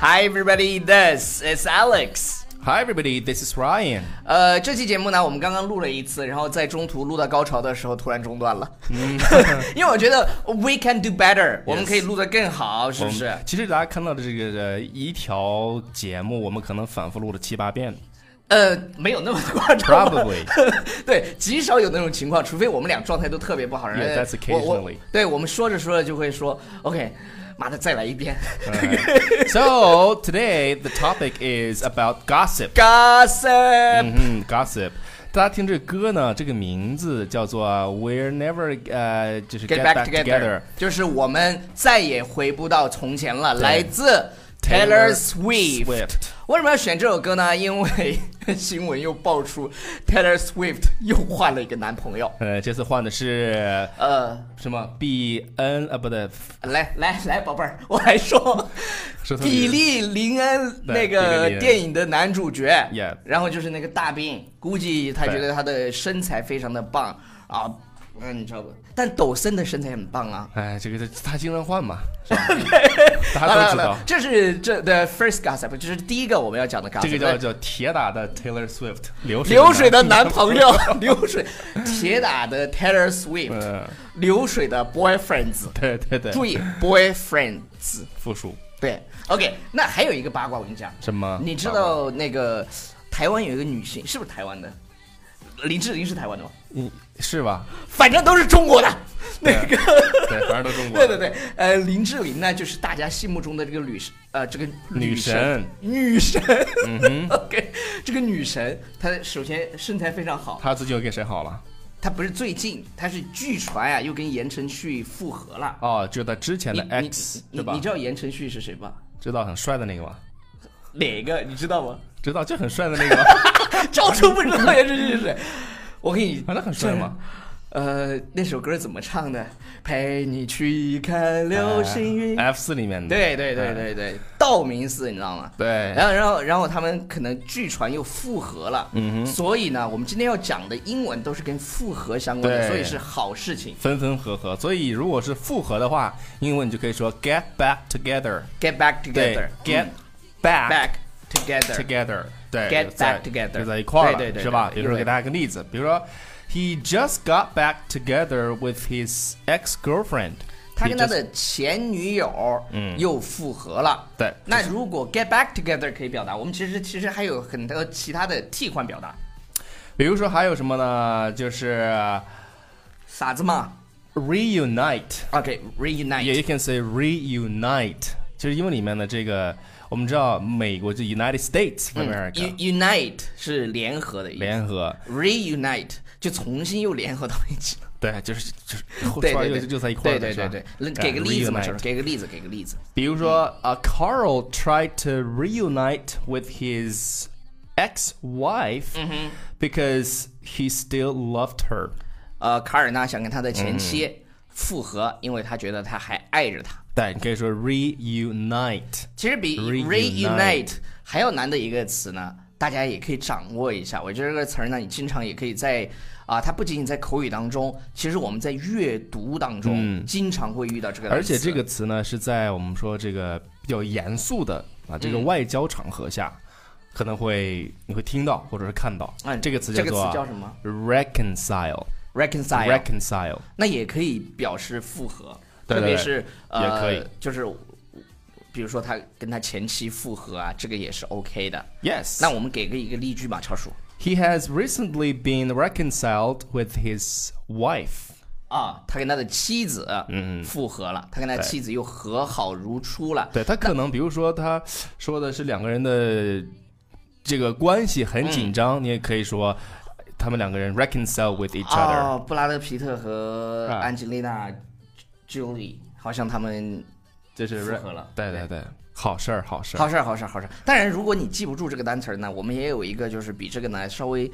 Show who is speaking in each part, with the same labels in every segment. Speaker 1: Hi everybody, this is Alex.
Speaker 2: Hi everybody, this is Ryan。
Speaker 1: 呃，这期节目呢，我们刚刚录了一次，然后在中途录到高潮的时候突然中断了，
Speaker 2: 嗯
Speaker 1: 因为我觉得 we can do better，我们可以录得更好，是不是？
Speaker 2: 其实大家看到的这个呃一条节目，我们可能反复录了七八 遍
Speaker 1: 呃，没有那么夸张吧。
Speaker 2: ，probably。
Speaker 1: 对，极少有那种情况，除非我们俩状态都特别不好，然后
Speaker 2: Yeah, that's
Speaker 1: 我我
Speaker 2: occasionally.
Speaker 1: 对我们说着说着就会说，OK，妈的，再来一遍
Speaker 2: So today the topic is about gossip。
Speaker 1: ，gossip，
Speaker 2: 嗯哼，gossip。大家听这歌呢，这个名字叫做 We're Never 呃，就是
Speaker 1: Get
Speaker 2: Get
Speaker 1: back
Speaker 2: Back
Speaker 1: together，
Speaker 2: Together。
Speaker 1: 就是我们再也回不到从前了。
Speaker 2: 对
Speaker 1: 来自 Taylor
Speaker 2: Taylor
Speaker 1: Swift。
Speaker 2: Swift
Speaker 1: 为什么要选这首歌呢？因为新闻又爆出 Taylor Swift 又换了一个男朋友。
Speaker 2: 呃，这次换的是
Speaker 1: 呃，
Speaker 2: 什么？B N 啊，不对，
Speaker 1: 来来来，宝贝儿， 我来说，
Speaker 2: 说他
Speaker 1: 比利林恩
Speaker 2: 对
Speaker 1: 那
Speaker 2: 比利
Speaker 1: 个
Speaker 2: 林恩
Speaker 1: 电影的男主角
Speaker 2: Yeah
Speaker 1: 然后就是那个大兵，估计他觉
Speaker 2: 对
Speaker 1: 得他的身材非常的棒啊，嗯，你知道不？但抖森的身材很棒啊，
Speaker 2: 哎，这个是他经常换嘛， 是吧？大家都
Speaker 1: 好
Speaker 2: 知
Speaker 1: 了好
Speaker 2: 道
Speaker 1: 了，这是这的 first gossip，这是第一个我们要讲的 gossip。
Speaker 2: 这个叫叫铁打的 Taylor Swift，流水
Speaker 1: 流水的
Speaker 2: 男
Speaker 1: 男朋 友， 流水铁打的 Taylor Swift，
Speaker 2: 嗯，
Speaker 1: 流水的 boyfriends。
Speaker 2: 对对对，
Speaker 1: 注意 boyfriends，
Speaker 2: 复数
Speaker 1: 对，OK。那还有一个八卦，我跟你讲，
Speaker 2: 什么？
Speaker 1: 你知
Speaker 2: 爸爸？
Speaker 1: 道那个台湾有一个女星，是不是台湾的？林志玲是台湾的吗？
Speaker 2: 嗯，是 吧？
Speaker 1: 反正都是中国的。那个，
Speaker 2: 对，反正都中国。
Speaker 1: 对对对，呃，林志玲呢，就是大家心目中的这个女神，呃，这个
Speaker 2: 女
Speaker 1: 神，
Speaker 2: 神，
Speaker 1: 女神。
Speaker 2: 嗯哼，
Speaker 1: OK，这个女神她首先身材非常好，
Speaker 2: 她自己又跟谁好了？
Speaker 1: 她不是最近，她是据传啊又跟言承旭复合了。
Speaker 2: 哦，就她之前
Speaker 1: 你
Speaker 2: 的
Speaker 1: 你
Speaker 2: X，
Speaker 1: 你
Speaker 2: 对
Speaker 1: 你
Speaker 2: 吧
Speaker 1: 你？知道言承旭是谁吧？
Speaker 2: 知道很帅的那个吗？
Speaker 1: 哪个你知道 吗？
Speaker 2: 知道就很帅的 那个吗？
Speaker 1: 赵州不知道言承旭是谁？我给你，
Speaker 2: 啊反正很帅嘛。
Speaker 1: 呃，那首歌怎么唱的？陪你去看流星雨。
Speaker 2: 哎 F 四里面的。哎
Speaker 1: 对对对对对，道明寺你知道吗？
Speaker 2: 对
Speaker 1: 然后，然后，然后他们可能据传又复合了，嗯哼，所以呢，我们今天要讲的英文都是跟复合相关的，
Speaker 2: 对
Speaker 1: 所以是好事情。
Speaker 2: 分分合合，所以如果是复合的话，英文你就可以说 get back together，
Speaker 1: Get back
Speaker 2: 对
Speaker 1: together,
Speaker 2: ，get
Speaker 1: 嗯
Speaker 2: back
Speaker 1: back together.
Speaker 2: together，对
Speaker 1: Get
Speaker 2: 在
Speaker 1: back together
Speaker 2: 就在一块儿了，
Speaker 1: 对对对
Speaker 2: 是吧？
Speaker 1: 对
Speaker 2: 比
Speaker 1: 对
Speaker 2: 如说给大家一个例子，比如说 He just got back together with his ex girlfriend，
Speaker 1: 他跟他的前女友又复合了。
Speaker 2: 嗯对
Speaker 1: 那如果 get back together 可以表达，我们其实其实还有很多其他的替换表达。
Speaker 2: 比如说还有什么呢？就是
Speaker 1: 傻子嘛
Speaker 2: reunite，
Speaker 1: ，OK
Speaker 2: 也
Speaker 1: reunite，
Speaker 2: you can say reunite，就是英文里面的这个，我们知道美国就 United States of
Speaker 1: 嗯
Speaker 2: America、
Speaker 1: u- unite 是联合的意思
Speaker 2: 联合，
Speaker 1: ，reunite 就重新又联合到一起了。
Speaker 2: 对，就是 就是
Speaker 1: 对
Speaker 2: 说
Speaker 1: 对
Speaker 2: 又
Speaker 1: 对，
Speaker 2: 就在一块儿了，
Speaker 1: 对对对对，
Speaker 2: 是吧
Speaker 1: 给个例子嘛，
Speaker 2: 哎
Speaker 1: 小
Speaker 2: ，reunite
Speaker 1: 周给个例子，给个例子。
Speaker 2: 比如说，呃、c a r l tried to reunite with his ex-wife、because
Speaker 1: Mm-hmm.
Speaker 2: he still loved her。
Speaker 1: 呃，卡尔呢想跟他的
Speaker 2: 嗯
Speaker 1: 前妻复合，因为他觉得他还爱着他。
Speaker 2: 对，你可以说 reunite。
Speaker 1: 其实比
Speaker 2: Reunite
Speaker 1: reunite 还要难的一个词呢，大家也可以掌握一下。我觉得这个词儿呢，你经常也可以在啊、它不仅仅在口语当中，其实我们在阅读当中经常会遇到这个单
Speaker 2: 嗯而
Speaker 1: 词。
Speaker 2: 且这个词呢，是在我们说这个比较严肃的啊这个外交场合下，可能会你会听到或者是看到。
Speaker 1: 嗯
Speaker 2: 这个词
Speaker 1: 这个
Speaker 2: 叫
Speaker 1: 词
Speaker 2: 做啊
Speaker 1: 叫什么
Speaker 2: Reconcile。
Speaker 1: reconcile
Speaker 2: Reconcile。
Speaker 1: 那也可以表示复合，
Speaker 2: 对
Speaker 1: 特别
Speaker 2: 对对
Speaker 1: 是呃，
Speaker 2: 也可以
Speaker 1: 就是比如说他跟他前妻复合啊，这个也是 OK 的。
Speaker 2: Yes。
Speaker 1: 那我们给个一个例句吧，超叔
Speaker 2: He has recently been reconciled with his wife。
Speaker 1: 啊，他跟他的妻子嗯复合了，他跟他妻子又和好如初了。
Speaker 2: 对他可能，比如说他说的是两个人的这个关系
Speaker 1: 嗯
Speaker 2: 很紧张，你也可以说他们两个人 reconcile with each other，、
Speaker 1: 哦，布拉德皮特和
Speaker 2: 啊
Speaker 1: 安吉丽娜·朱莉，好像他们
Speaker 2: 这是 re-
Speaker 1: 复合了
Speaker 2: 对对对，好事儿，好事儿。
Speaker 1: 好事儿，好事儿，好事儿。当然，如果你记不住这个单词儿呢，我们也有一个就是比这个呢稍微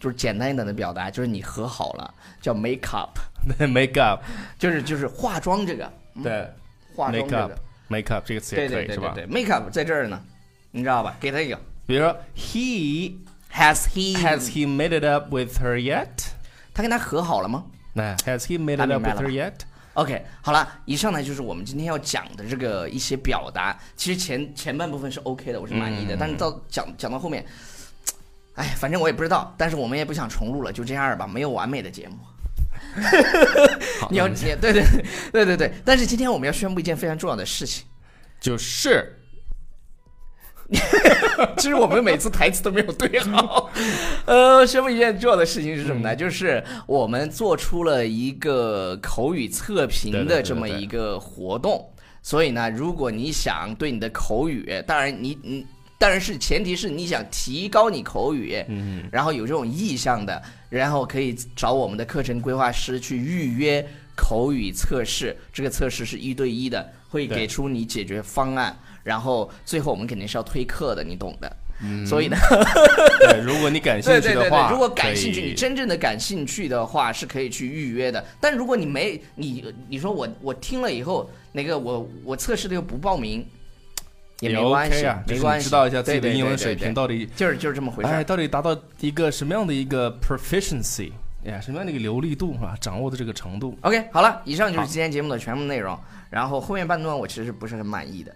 Speaker 1: 就是简单一点的表达，就是你和好了，叫 make up，
Speaker 2: make up，
Speaker 1: 就是就是化妆这个
Speaker 2: 对
Speaker 1: 嗯化妆
Speaker 2: ，make
Speaker 1: 这个，
Speaker 2: up，make up 这个词也
Speaker 1: 对
Speaker 2: 可
Speaker 1: 对
Speaker 2: 以
Speaker 1: 对
Speaker 2: 是
Speaker 1: 对
Speaker 2: 吧？
Speaker 1: 对，make up 在这儿呢，你知道吧？给他一个
Speaker 2: 比如说，he
Speaker 1: has he
Speaker 2: has he made it up with her yet？
Speaker 1: 他跟他和好了吗？
Speaker 2: 那 has he made
Speaker 1: 啊
Speaker 2: it
Speaker 1: 明
Speaker 2: up
Speaker 1: 白
Speaker 2: with
Speaker 1: 了
Speaker 2: her yet？
Speaker 1: OK，好了，以上呢就是我们今天要讲的这个一些表达。其实前前半部分是 OK 的，我是满意的，但是到讲讲到后面，哎，反正我也不知道，但是我们也不想重录了，就这样吧，没有完美的节目。
Speaker 2: 好，
Speaker 1: 你要
Speaker 2: 那
Speaker 1: 你对对对对对，但是今天我们要宣布一件非常重要的事情。
Speaker 2: 就是
Speaker 1: 其实我们每次台词都没有对好。 呃，宣布一件重要的事情是什么呢？
Speaker 2: 嗯
Speaker 1: 就是我们做出了一个口语测
Speaker 2: 对
Speaker 1: 评
Speaker 2: 对对
Speaker 1: 的
Speaker 2: 对
Speaker 1: 这么
Speaker 2: 对
Speaker 1: 一个活动。所以呢，如果你想对你的口语，当然你你。当然是，前提是你想提高你口语，嗯，然后有这种意向的，然后可以找我们的课程规划师去预约口语测试。这个测试是一对一的，会
Speaker 2: 对
Speaker 1: 给出你解决方案，然后最后我们肯定是要推课的，你懂的。所以呢，
Speaker 2: 对，如果你感兴
Speaker 1: 对
Speaker 2: 趣
Speaker 1: 对
Speaker 2: 的
Speaker 1: 对
Speaker 2: 话，
Speaker 1: 对，如果感兴趣，
Speaker 2: 可以
Speaker 1: 你真正的感兴趣的话是可以去预约的。但如果你没你你说我我听了以后，那个我我测试的又不报名，也没关系，
Speaker 2: OK 啊，
Speaker 1: 没
Speaker 2: 就是
Speaker 1: 关
Speaker 2: 你
Speaker 1: 系，
Speaker 2: 知道一下自己的
Speaker 1: 对对
Speaker 2: 英文
Speaker 1: 对
Speaker 2: 水
Speaker 1: 对
Speaker 2: 平
Speaker 1: 对
Speaker 2: 到底，
Speaker 1: 就是就是这么回事
Speaker 2: 哎，
Speaker 1: 儿。
Speaker 2: 到底达到一个什么样的一个 proficiency，哎呀，什么样的一个流利度啊，掌握的这个程度。
Speaker 1: OK，好了，以上就是
Speaker 2: 好
Speaker 1: 今天节目的全部内容。然后后面半段我其实不是很满意的，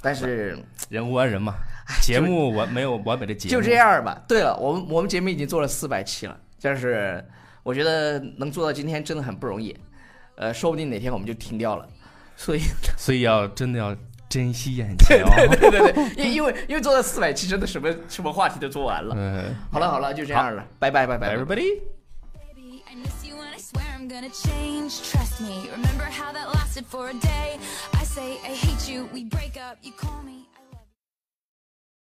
Speaker 1: 但是
Speaker 2: 人无完人嘛，节目完没有完美的节目，
Speaker 1: 哎就这。样吧。对了，我们我们节目已经做了四百期了，就是我觉得能做到今天真的很不容易。呃，说不定哪天我们就停掉了，所以
Speaker 2: 所以要真的要珍 惜眼前哦。
Speaker 1: 对对对，因因为因为做到四百期，真的什么什么话题都做完了。
Speaker 2: 嗯
Speaker 1: 好了好了，就这样了，拜拜拜拜。拜拜
Speaker 2: ，everybody。
Speaker 3: Baby, I miss you and I swear I'm gonna change. Trust me, remember how that lasted for a day? I say I hate you, we break up, you call me.